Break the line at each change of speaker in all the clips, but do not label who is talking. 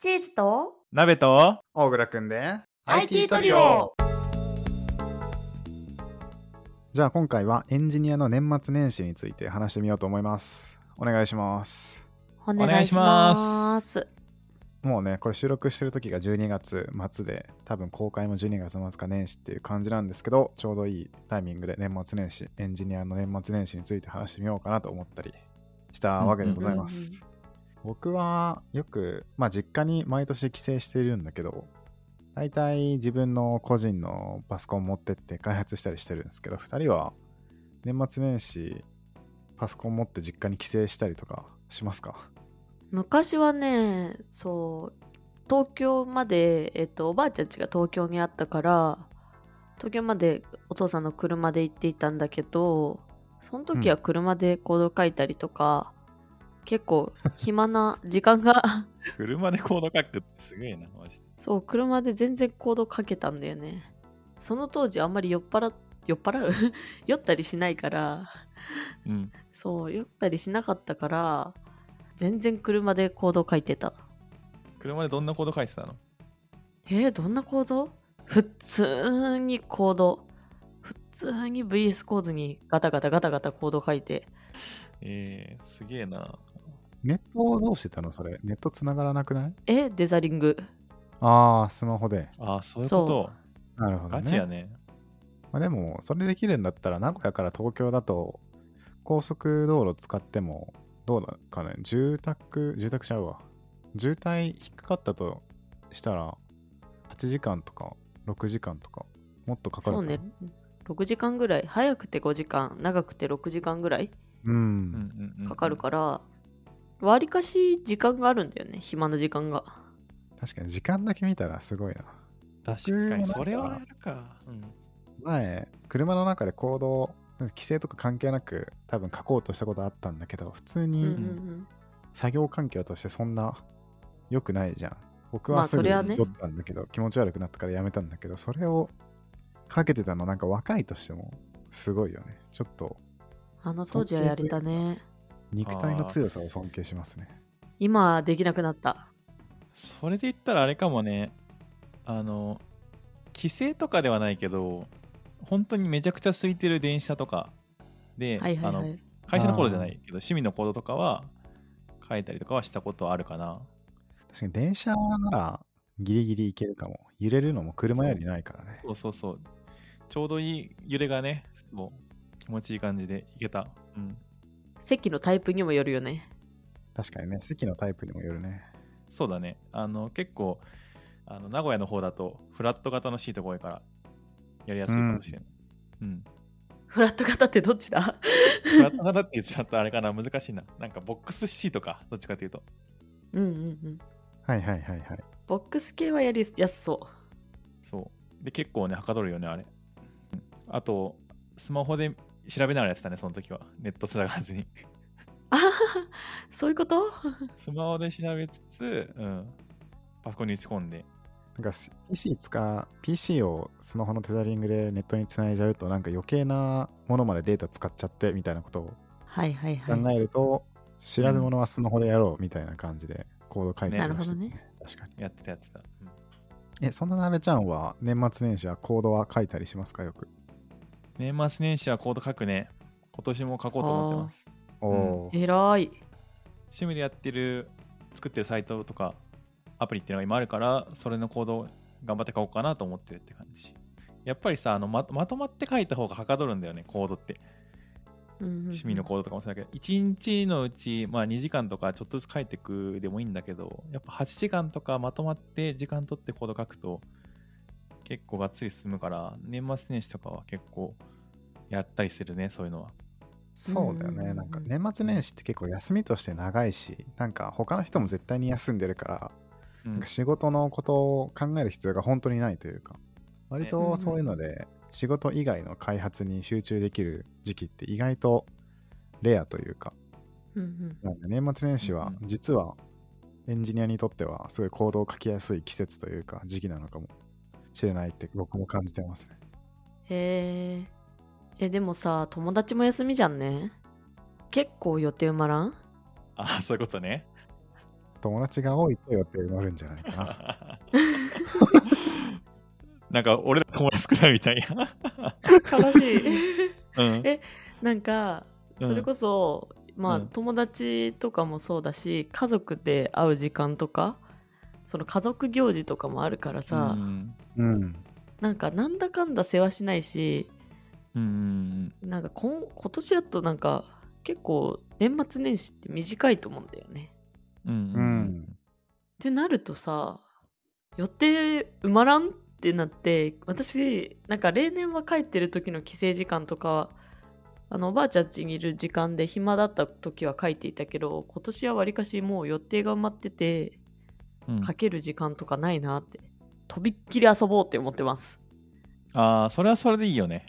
チーズと
鍋と
大倉くんで
IT トリオ
じゃあ今回はエンジニアの年末年始について話してみようと思いますお願いします
お
願
願い
い
し
し
ま
ます
す。
もうねこれ収録してる時が12月末で多分公開も12月末か年始っていう感じなんですけどちょうどいいタイミングで年末年始エンジニアの年末年始について話してみようかなと思ったりしたわけでございます、
うんうん
僕はよく、まあ、実家に毎年帰省しているんだけど大体自分の個人のパソコン持ってって開発したりしてるんですけど2人は年末年始パソコン持って実家に帰省したりとかしますか
昔はね、そう、東京まで、えっと、おばあちゃん家が東京にあったから、東京までお父さんの車で行っていたんだけど、その時は車で行動書いたりとか、結構暇な時間が、
車でコード書くってすげえな、マジで。
そう、車で全然行動書けたんだよね。その当時あんまり酔っ払っ、酔っ払う 酔ったりしないから、
うん。
そう、酔ったりしなかったから、全然車で行動書いてた。
車でどんなコード書いてたの
えー、どんなコード普通にコード。普通に VS コードにガタガタガタガタコード書いて。
えー、すげえな。
ネットどうしてたのそれネット繋がらなくない
え、デザリング。
ああスマホで
ああ、そういうこ
なるほ
と。
ど
ガ
ね
チやね。
まあ、でもそれできるんだったら名古屋から東京だと高速道路使ってもどうだかね住宅住宅ちゃうわ渋滞引っかかったとしたら8時間とか6時間とかもっとかかる
そ
か
う
な
ね。6時間ぐらい。早くて5時間、長くて6時間ぐらい
うん、
うんうんうん。
かかるから、わりかし時間があるんだよね、暇な時間が。
確かに時間だけ見たらすごいな
ら。確かに、
僕もなんか
それはやるか。うん。
前車の中で行動規制とか関係なく多分書こうとしたことあったんだけど普通
うんう
に
ん
作業環境としてそんな良くないじゃん。僕
まあ
はす
そ
ぐ
れは
酔
ね
ったんだけど、気持ち悪くなったからやめたんだけど、それをかけてたのなんか若いとしてもすごいよね。ちょっと
うん。あの当時はやれたね。
肉体の強さを尊敬しますね。
今はできなくなった。
それで言ったらあれかもね、あの、帰省とかではないけど、本当にめちゃくちゃ空いてる電車とかで、
はいはいは
あの
い。
会社の頃じゃないけど、趣味のコードとかは書いたりとかはしたことあるかな。
確かに電車ならギリギリいけるかも。揺れるのも車よりないからね。
そうそうそう。ちょうどいい揺れがね、もう気持ちいい感じでいけた。うん。
席のタイプにもよるよね。
確かにね、席のタイプにもよるね。
そうだね。あの、結構、あの名古屋の方だと、フラット型のシートが多いから、やりやすいかもしれない。うん。
フラット型ってどっちだ
フラット型って言っちゃったあれかな、難しいな。なんかボックスシートか、どっちかというと。
うんうんうん。
はいはいはいはい。
ボックス系はやりやすそ
そう。で、結構ね、はかどるよね、あれ。うんあと、スマホで調べながらやってたね、その時は。ネットつなが ずに。
う。あははそういうこと
スマホで調べつつ、うん。パソコンに打ち込んで。
なんかす PC 使う PC をスマホのテザリングでネットにつないじゃうとなんか余計なものまでデータ使っちゃってみたいなことを
はいはい
考
はい。
えると、調べ物はスマホでやろうみたいな感じでコード書いて
な
ま
る
し
ほ
た
どね。
確かに。
やってたやってた。うん
え、そんななべちゃんは年末年始はコードは書いたりしますかよく。
年末年始はコード書くね。今年も書こうと思ってます。
おおー、
えらい。
趣味でやってる、作ってるサイトとか、アプリっていうのが今あるから、それのコードを頑張って書こうかなと思ってるって感じ。やっぱりさ、あのままとまって書いた方がはかどるんだよね、コードって。趣
趣
味の行動とかもそうだけど、1日のうち、まあ、2時間とかちょっとずつ書いていくでもいいんだけど、やっぱ8時間とかまとまって時間取って行動書くと、結構がっつり進むから、年末年始とかは結構やったりするね、そういうのは。
そうだよ
うんうんうんう
ね。
ん
なんか年末年始って結構休みとして長いし、なんか他の人も絶対に休んでるから、
うん
なんか仕事のことを考える必要が本当にないというか、割とそういうので仕事以外の開発に集中できる時期って意外とレアというか、
うんうん
なんで年末年始
う
は
んう
実はエンジニアにとってはすごい行動を書きやすい季節というか時期なのかもしれないって僕も感じてますね。
へえ。え、でもさ、友達も休みじゃんね。結構予定埋まらん
ああ、そういうことね。
友達が多いと予定乗るんじゃないかな。
なんか俺ら友達少ないみたいや。
悲しい
うん。
え なんかそれこそ、まあ、
うん
友達とかもそうだし家族で会う時間とかその家族行事とかもあるからさ、
うん
うん。
なんかなんだかんだ世話しないし
うんうん
なんか今今年だとなんか結構年末年始って短いと思うんだよね。
うんうん
う
うん
ん。
ってなるとさ予定埋まらんってなって私なんか例年は帰ってる時の帰省時間とかあのおばあちゃん家にいる時間で暇だった時は書いていたけど今年はわりかしもう予定が埋まってて
うん
書ける時間とかないなってとびっきり遊ぼうって思って ます
ああ、それはそれでいいよね。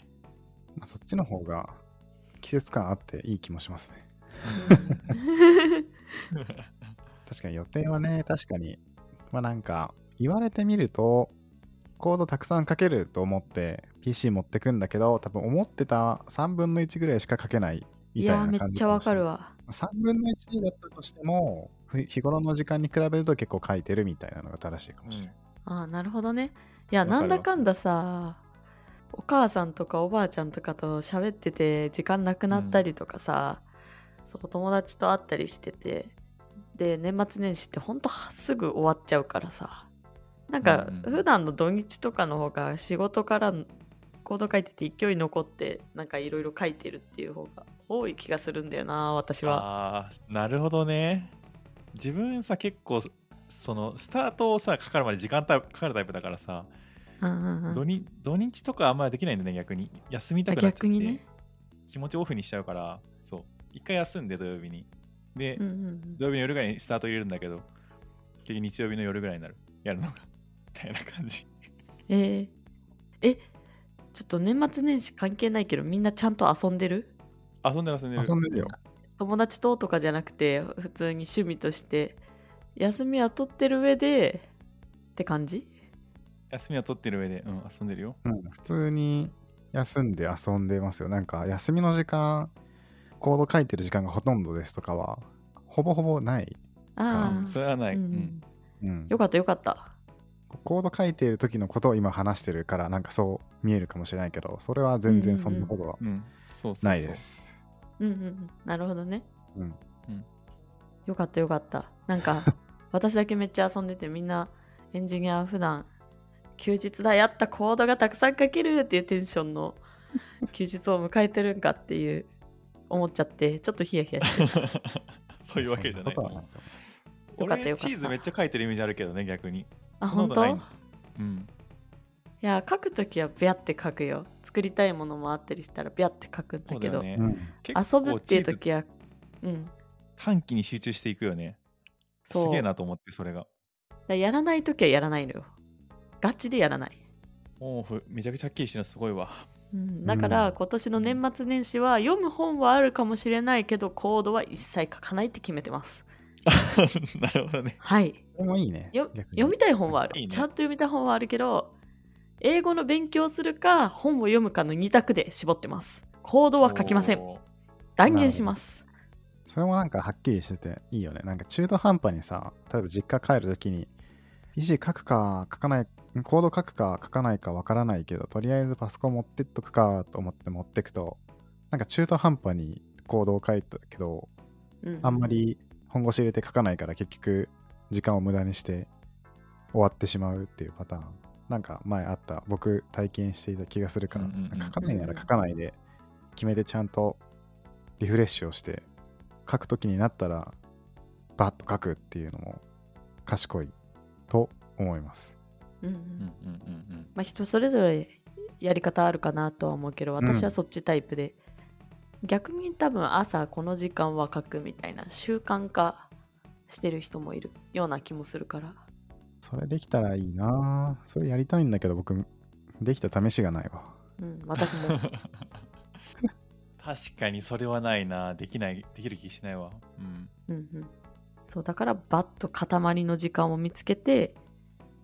まあ、そっちの方が季節感あっていい気もしますね。確かに予定はね、確かに、まあなんか、言われてみると、コードたくさん書けると思って、PC 持ってくんだけど、多分思ってた3分の1ぐらいしか書けない
い
みたい
や
な
ー
感
め
じ
っちゃわかるわ
3分の1だったとしても、ふ日頃の時間に比べると結構書いてるみたいなのが正しいかもしれない。
ああなるほどねいや
わかる
な
わ
んだかんださお母さんとかおばあちゃんとかと喋ってて時間なくなったりとかさ、そう友達と会ったりしててで年末年始ってほんとはすぐ終わっちゃうからさなんか
うんうん
普段の土日とかの方が仕事からコード書いてて勢い残ってなんかいろいろ書いてるっていう方が多い気がするんだよな私は
ああ、なるほどね。自分さ、結構、その、スタートをさ、かかるまで時間たかかるタイプだからさ、
うんうんうん
土日土日とかあんまりできないんだね、逆に。休みた
あ
くなっちゃっ
逆
て
にね
気持ちオフにしちゃうから、そう。一回休んで、土曜日に。で、
うんうんうん
土曜日の夜ぐらいにスタート入れるんだけど、結局日曜日の夜ぐらいになる。やるのが。 みたいな感じ。
えー、えちょっと年末年始関係ないけどみんなちゃんと遊んでる
遊んでる遊んでる。
遊んでるよ。
友達ととかじゃなくて普通に趣味として休みは取ってる上でって感じ
休みは取ってる上で、うん、遊んでるよ。
うん、普通に休んで遊んでますよ。なんか、休みの時間、コード書いてる時間がほとんどですとかは、ほぼほぼない。
あ
うんそれは
あ、
ない。
う
うんん。
うん
よかったよかった
コード書いている時のことを今話してるから、なんかそう見えるかもしれないけど、それは全然そんなことは
うん。そうそうそう
ないで。す。
うんうんうんなるほどね
うん
よかったよかったなん か私だけめっちゃ遊んでてみんなエンジニアは普段休日だやったコードがたくさん書けるっていうテンション の休日を迎えてるんかっていう思っちゃってちょっとヒヤヒヤしてる
そういうわけじゃない
そん。ことはないと思います。
よかったよかっ
俺
た
チーズめっちゃ書いてるイメージあるけどね逆に
あ
そ
本
んなことない
当
んだうん
いや書くときはビャって書くよ作りたいものもあったりしたらビャって書くん
そ
だ
うだ
けど
よね、
うん
結
遊
構
ぶっていうと
チーズ
きはうん
短期に集中していくよねす
そう
げえなと思ってそれが
だからやらないときはやらないのよガチでやらない、
オンオフめちゃくちゃはっきりしてるのすごいわ
うん、だから
うん
今年の年末年始は読む本はあるかもしれないけどコードは一切書かないって決めてます
なるほどね
はい
これもいいね。
よ
逆に
読みたい本はある
いいね
ちゃんと読みたい本はあるけど英語の勉強するか本を読むかの2択で絞ってますコードは書きません
おー
断言します
それもなんかはっきりしてていいよね。なんか中途半端にさ、例えば実家帰るときに、PC 書くか書かない、コード書くか書かないかわからないけど、とりあえずパソコン持ってっとくかと思って持ってくと、なんか中途半端にコードを書いたけど、
うん
あんまり本腰入れて書かないから結局時間を無駄にして終わってしまうっていうパターン。なんか前あった、僕体験していた気がするから、
うんうんうん
書かないなら書かないで決めてちゃんとリフレッシュをして書くときになったらバッと書くっていうのも賢いと思います。
うんう
うんんうんうん
まあ、人それぞれやり方あるかなとは思うけど
ん
私はそっちタイプで、逆に多分朝この時間は書くみたいな習慣化してる人もいるような気もするから
それできたらいいなぁそれやりたいんだけど僕できた試しがないわ。
うん私
うん
も
確かにそれはないなできないできる気しないわうん
うん、うん、そうだからバッと塊の時間を見つけて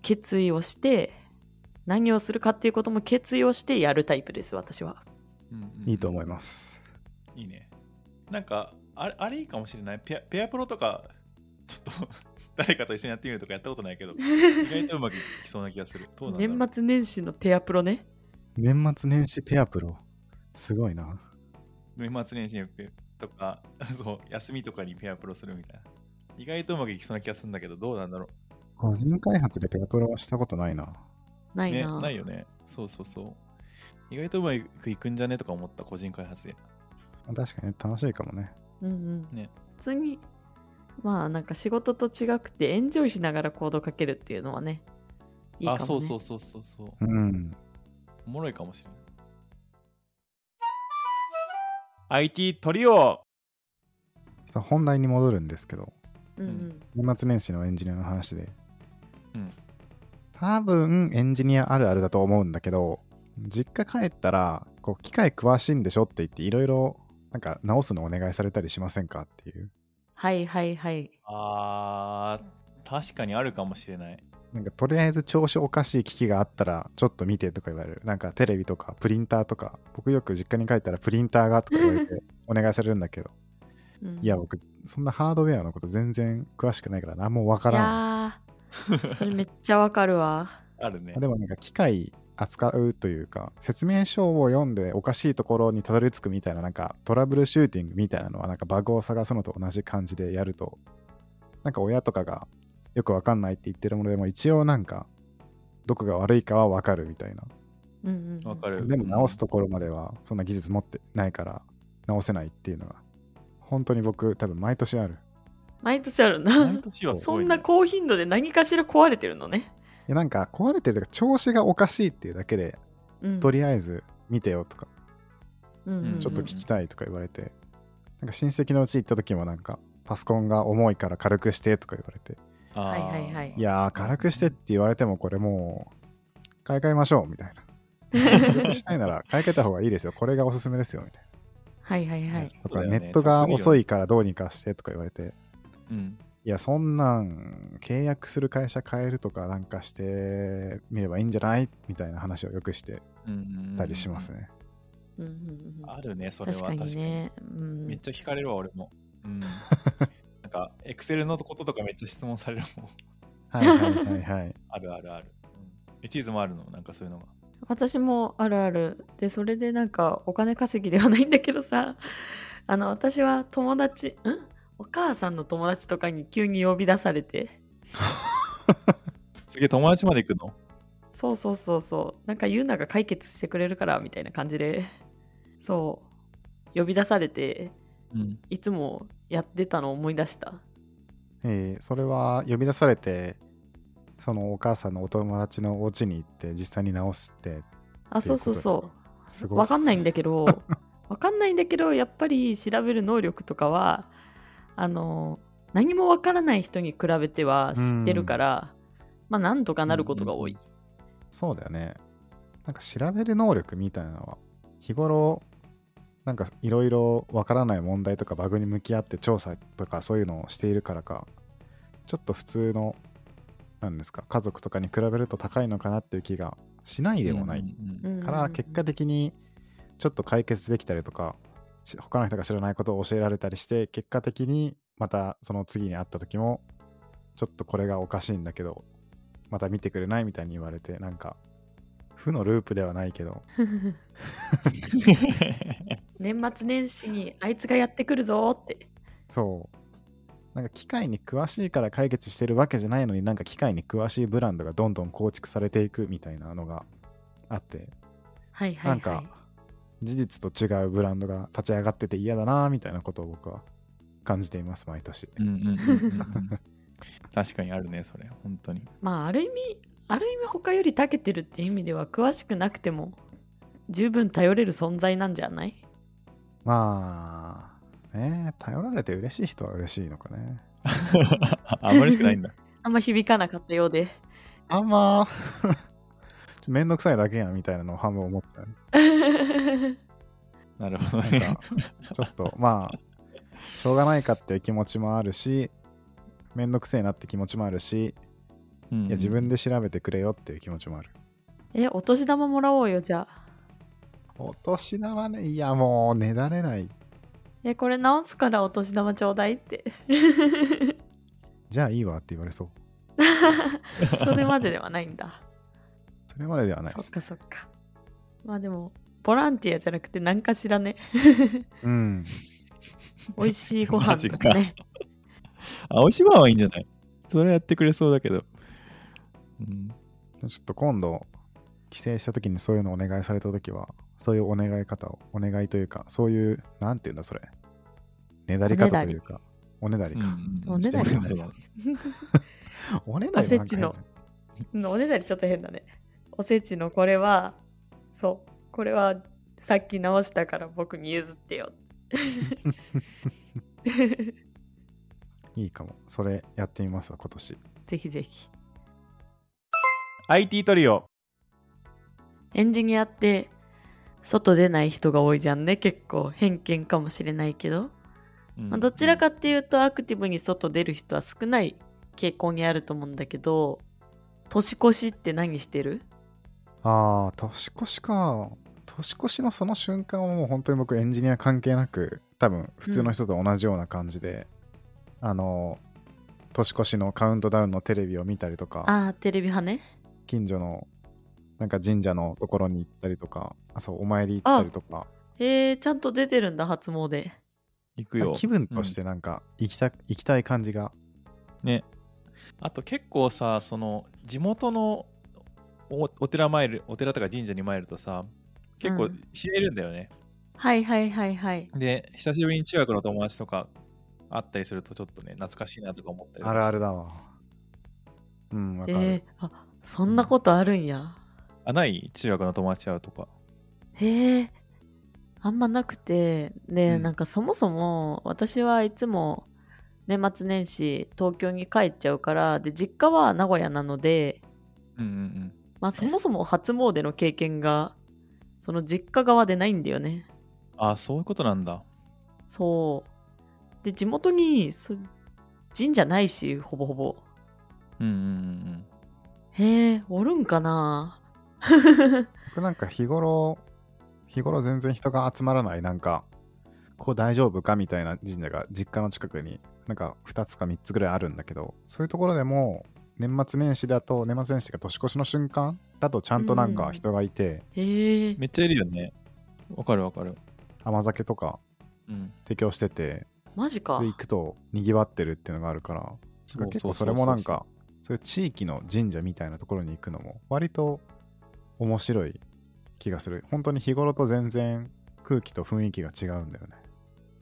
決意をして何をするかっていうことも決意をしてやるタイプです私は
うんうん
いいと思います。
いいねなんかあれあれいいかもしれないペアペアプロとかちょっと 誰かと一緒にやってみるとかやったことないけど、意外とうまくいきそうな気がする。どうなんだろう
年末年始のペアプロね。
年末年始ペアプロ。すごいな。
年末年始にとか、 そう、休みとかにペアプロするみたいな。意外とうまくいきそうな気がするんだけど、どうなんだろ
個人開発でペアプロはしたことないな。
な
う。
い
ね、
な。
ないよね。そうそうそう。意外とうまくいくんじゃねとか思った、個人開発で。
確かにね楽しいかもね。
うんうん。
ね
普通に、まあなんか仕事と違くてエンジョイしながらコードかけるっていうのはね、いいかも、
あ、
ね。
そうそうそうそうそう。
うん。
おもろいかもしれない。IT トリオ
さあ本題に戻るんですけど、
うんうん。
年末年始のエンジニアの話で。
うん
多分エンジニアあるあるだと思うんだけど、実家帰ったら、こう、機械詳しいんでしょって言って、いろいろ、なんか直すのお願いされたりしませんかっていう。
はいはいはい。
あー、確かにあるかもしれない。
なんかとりあえず調子おかしい機器があったらちょっと見てとか言われるなんかテレビとかプリンターとか僕よく実家に帰ったらプリンターがとか言われ てお願いされるんだけど
うん
いや僕そんなハードウェアのこと全然詳しくないから何もわからん
いやーそれめっちゃわかるわ。
あるね。
でもなんか機械扱うというか説明書を読んでおかしいところにたどり着くみたいななんかトラブルシューティングみたいなのはなんかバグを探すのと同じ感じでやるとなんか親とかがよくわかんないって言ってるものでも一応なんかどこが悪いかはわかるみたいな
うんうんうん、
わかる。
でも直すところまではそんな技術持ってないから直せないっていうのは本当に僕多分毎年ある
毎年ある
毎
な。
年はす
そ
ごい
ん
ね
な高頻度で何かしら壊れてるのね。
いやなんか壊れてるとか調子がおかしいっていうだけで
うん、
とりあえず見てよとか
うんうんうん
ちょっと聞きたいとか言われてなんか親戚のうち行った時もなんかパソコンが重いから軽くしてとか言われて
あー
はいはいはい
いやー軽くしてって言われてもこれもう買い替えましょうみたいな軽くしたいなら買い替えた方がいいですよこれがおすすめですよみたい
はいはいはい。
なと
そう
か
だよね
ネットが遅いからどうにかしてとか言われて
うん。
いや、そんなん、契約する会社変えるとかなんかしてみればいいんじゃないみたいな話をよくして
うんうんうん
たりしますね。
うんうんうん
あるね、それは
確かにね。
確かにめっ
う
ちゃ惹かれるわ、俺も。 うん。なんか、エクセルのこととかめっちゃ質問されるもん。
はいはいはいはい。
あるあるある。うんえ、チーズもあるのなんかそういうのが。
ん、私もあるある。で、それでなんかお金稼ぎではないんだけどさ、 あの、私は友達、んお母さんの友達とかに急に呼び出されて、
すげえ、友達まで行くの
そうそうそうそうなんかユうナが解決してくれるからみたいな感じでそう呼び出されて
うん。
いつもやってたのを思い出した
えーそれは呼び出されて、そのお母さんのお友達のお家に行って実際に直して、
あそうそう
っていうこ
そ
す
う
ごい。
わかんないんだけ どわかんないんだけどやっぱり調べる能力とかはあの何もわからない人に比べては知ってるから、まあなんとかなることが多い、
そうだよね。なんか調べる能力みたいなのは、日頃、なんかいろいろわからない問題とかバグに向き合って調査とかそういうのをしているからか、ちょっと普通の、なんですか、家族とかに比べると高いのかなっていう気がしないでもない。
うん
うん
から、結果的にちょっと解決できたりとか、し他の人が知らないことを教えられたりして、結果的にまたその次に会った時も、ちょっとこれがおかしいんだけど、また見てくれないみたいに言われて、なんか、負のループではないけど、
年末年始にあいつがやってくるぞって
そう。なんか機械に詳しいから解決してるわけじゃないのになんか機械に詳しいブランドがどんどん構築されていくみたいなのがあって、
はいはいはい
なんか事実と違うブランドが立ち上がってて嫌だなみたいなことを僕は感じています毎年
うんうんうんうんうん確かにあるね、それ。本当 に。
まあある意味ある意味他より長けてるって意味では詳しくなくても十分頼れる存在なんじゃない
まあね頼られて嬉しい人は嬉しいのかね
あんまりしくないんだ。
あんま響かなかったようで
あんまめんどくさいだけやんみたいなのを半分思っちゃう
なるほど
なん
ね
か。ちょっとまあしょうがないかっていう気持ちもあるしめんどくせえなって気持ちもあるし
うん
いや自分で調べてくれよっていう気持ちもある
えお年玉もらおうよじゃあ
お年玉ねいやもうねだれない
えこれ直すからお年玉ちょうだいって
じゃあいいわって言われそう。
それまでではないんだ。
それまでではない
そ
で
っ
す。
かそっか。まあでも、ボランティアじゃなくて何かしら ね、
うん。
美味しいご飯とかね。
あ、美味しいご飯はいいんじゃないそれやってくれそうだけど。うん、
ちょっと今度、帰省した時にそういうのお願いされた時は、そういうお願い方を、お願いというか、そういう、なんていうんだそれ。ねだり方というか、おねだりか。
おねだ
り
してもらえ
おねだりはなんか変だ
おせおねだりちょっと変だね。おせちのこれは、そう、これはさっき直したから僕に譲って よ。
いいかも。それやってみますわ、今年。
ぜひぜひ。
IT トリオ。
エンジニアって外出ない人が多いじゃんね結構偏見かもしれないけど、まあどちらかっていうとアクティブに外出る人は少ない傾向にあると思うんだけど年越しって何してる
ああ、年越しか。年越しのその瞬間はもう本当に僕エンジニア関係なく、多分普通の人と同じような感じで、あの、年越しのカウントダウンのテレビを見たりとか、
ああテレビ派ね
近所のなんか神社のところに行ったりとか、あそうお参り行ったりとか、
えー、ちゃんと出てるんだ初詣
行くよ。
気分としてなんか行きた,、行きたい感じが。
ね。あと結構さ、その地元のおお寺参る、お寺とか神社に参るとさ、結
う
構
ん
知れるんだよね。
はいはいはいはい
で、久しぶりに中学の友達とか会ったりすると、ちょっとね、懐かしいなとか思ったりとか
あるあるだわ。うん、わか
え
る。
ー、あそんなことあるんや、
あ、ない中学の友達会うとか。
へえあんまなくてで、
うん
なんかそもそも私はいつも年末年始東京に帰っちゃうからで実家は名古屋なので、
うんうんうん。
まあ、そもそも初詣の経験がその実家側でないんだよね
あ、そういうことなんだ。
そうで地元にそ神社ないしほぼほぼ
うんうんうん
へえおるんかな
僕なんか日頃日頃全然人が集まらないなんかこう大丈夫かみたいな神社が実家の近くになんか2つか3つぐらいあるんだけどそういうところでも年末年始だと年末年始が年越しの瞬間だとちゃんとなん
う
か
ん
人がいて、
へえ
うん。めっちゃいるよね。わかるわかる。
甘酒とか
うん。
提供してて
マジか
で行くとにぎわってるっていうのがあるから
そう
結
う
構
う
それもなんかそういう地域の神社みたいなところに行くのも割と面白い気がする本当に日頃と全然空気と雰囲気が違うんだよね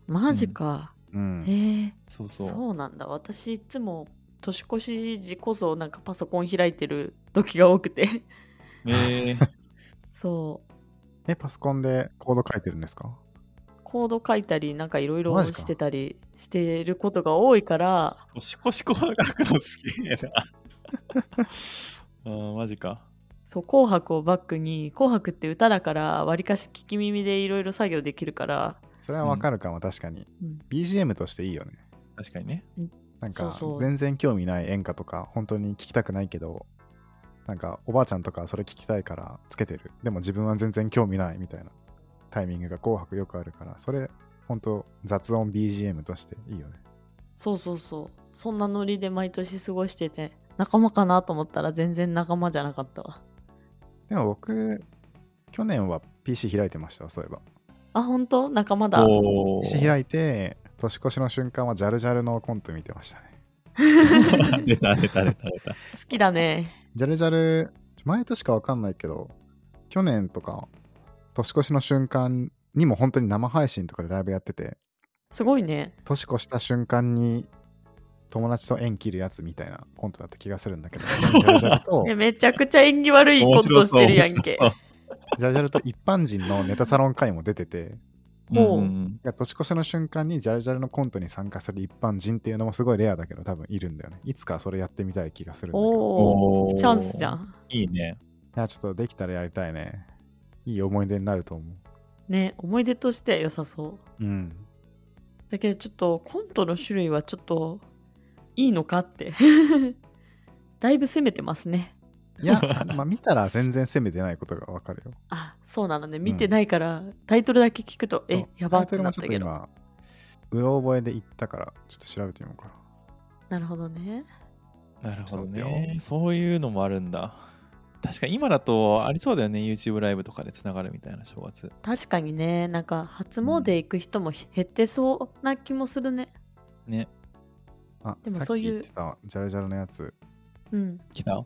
マジか、
うん
へえ
そうそ
そううなんだ私いつも年越し時こそなんかパソコン開いてる時が多くて
えー
そう
え、パソコンでコード書いてるんですか
コード書いたりなんかいろいろ
マジか
してたりしてることが多いから
年越し紅白の好きやな あーマジか
そう紅白をバックに紅白って歌だからわりかし聞き耳でいろいろ作業できるから
それはわかるかも、確かに、
うん
BGM としていいよね。
確かにね
なんか
そうそう
全然興味ない演歌とか、本当に聞きたくないけど、なんかおばあちゃんとかそれ聞きたいからつけてる。でも自分は全然興味ないみたいなタイミングが紅白よくあるから、それ本当雑音 BGM としていいよね。
そうそうそうそんなノリで毎年過ごしてて仲間かなと思ったら全然仲間じゃなかったわ
でも僕、去年は PC 開いてましたわ、そういえば。
あ本当仲間だ
お
PC 開いて、年越しの瞬間はジャルジャルのコント見てましたね。
出た出た出た出た
好きだね
ジャルジャル、前としかわかんないけど、去年とか、年越しの瞬間にも本当に生配信とかでライブやってて、
すごいね
年越した瞬間に友達と縁切るやつみたいなコントだった気がするんだけど、ジャルジャルと、
えめちゃくちゃ縁起悪いコントしてるやんけ
面白
ジャルジャルと一般人のネタサロン会も出てて、
そう
ほうん
んん
いや年越しの瞬間にジャルジャルのコントに参加する一般人っていうのもすごいレアだけど多分いるんだよね。いつかそれやってみたい気がするんだけど。
お
お
お
ー
チャンスじゃん
いいね
いや、ちょっとできたらやりたいね。いい思い出になると思
ね思い出としては良さそう
う。うん。
だけどちょっとコントの種類はちょっといいのかって だいぶ攻めてますね
いや、 あのまあ、見たら全然攻めてないことがわかるよ。
あそうなのね見てないから、タイトルだけ聞くとえやば
タ
っ
イ
て
トル
な
も
っ
ちょ
た
っと
けど
今、うろ覚えで言ったから、ちょっと調べてみようか
な
な。
るほどね。
なるほど
ちょっと待って
ね。そういうのもあるんだ。確かに今だとありそうだよね。YouTube ライブとかでつながるみたいな正月。
確かにね、なんか初詣行く人も減ってそうな気もするね。
ね。
あ
でも
さっ
そう
き
いう
言ってたジャルジャルのやつ
うん。
来た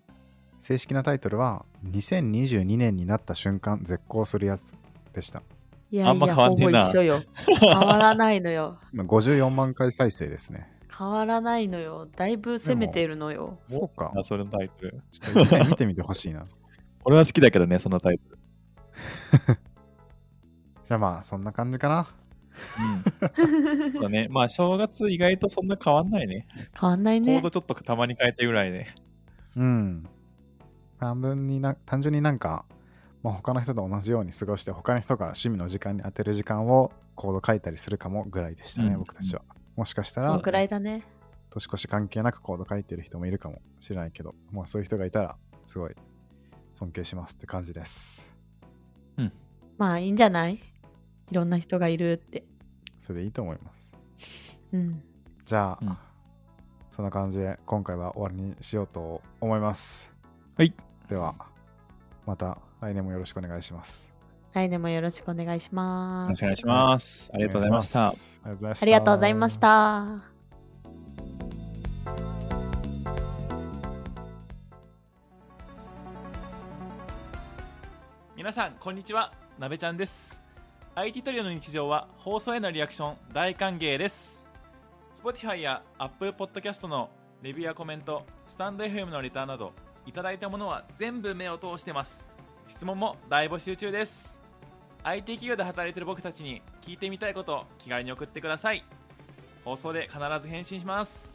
正式なタイトルは2022年になった瞬間絶好するやつでした
いや
あん
い
ま
や、
変わ
ほ
んねえ
ぼ
な
一緒よ。変わらないのよ。
今54万回再生ですね
変わらないのよ。だいぶ攻めてるのよ。
そうか
あ、それのタイトル。
ちょっと一回見てみてほしいな じ
俺は好きだけどね、そのタイトル。
ゃあまあそんな感じかな
うん。そうだね。まあ正月意外とそんな変わんないね。
変わんない
コー
ね
ド。ちょっとたまに変えてぐらいで、
うん単分にな単純になんか、まあ、他の人と同じように過ごして他の人が趣味の時間に当てる時間をコード書いたりするかもぐらいでした
う
ね、
ん
僕たちはもしかした
その
ら
くらいだね。
年越し関係なくコード書いてる人もいるかもしれないけど、まあ、そういう人がいたらすごい尊敬しますって感じです
まあいいんじゃないいろんな人がいるって。
それでいいと思います
うん。
じゃ
う
あ、
ん
そんな感じで今回は終わりにしようと思います
はい
ではまた来年もよろしくお願いします
来年もよろしくお願いし
よ
ま
ろし
す
くお。願いします。あ
あ
りがとうございました。
ありがとうございました。
皆さんこんにちはなべちゃんです IT トリオの日常は放送へのリアクション大歓迎です Spotify や Apple Podcast のレビューやコメントスタンド FM のレターなどいただいたものは全部目を通してます質問も大募集中です IT 企業で働いている僕たちに聞いてみたいことを気軽に送ってください放送で必ず返信します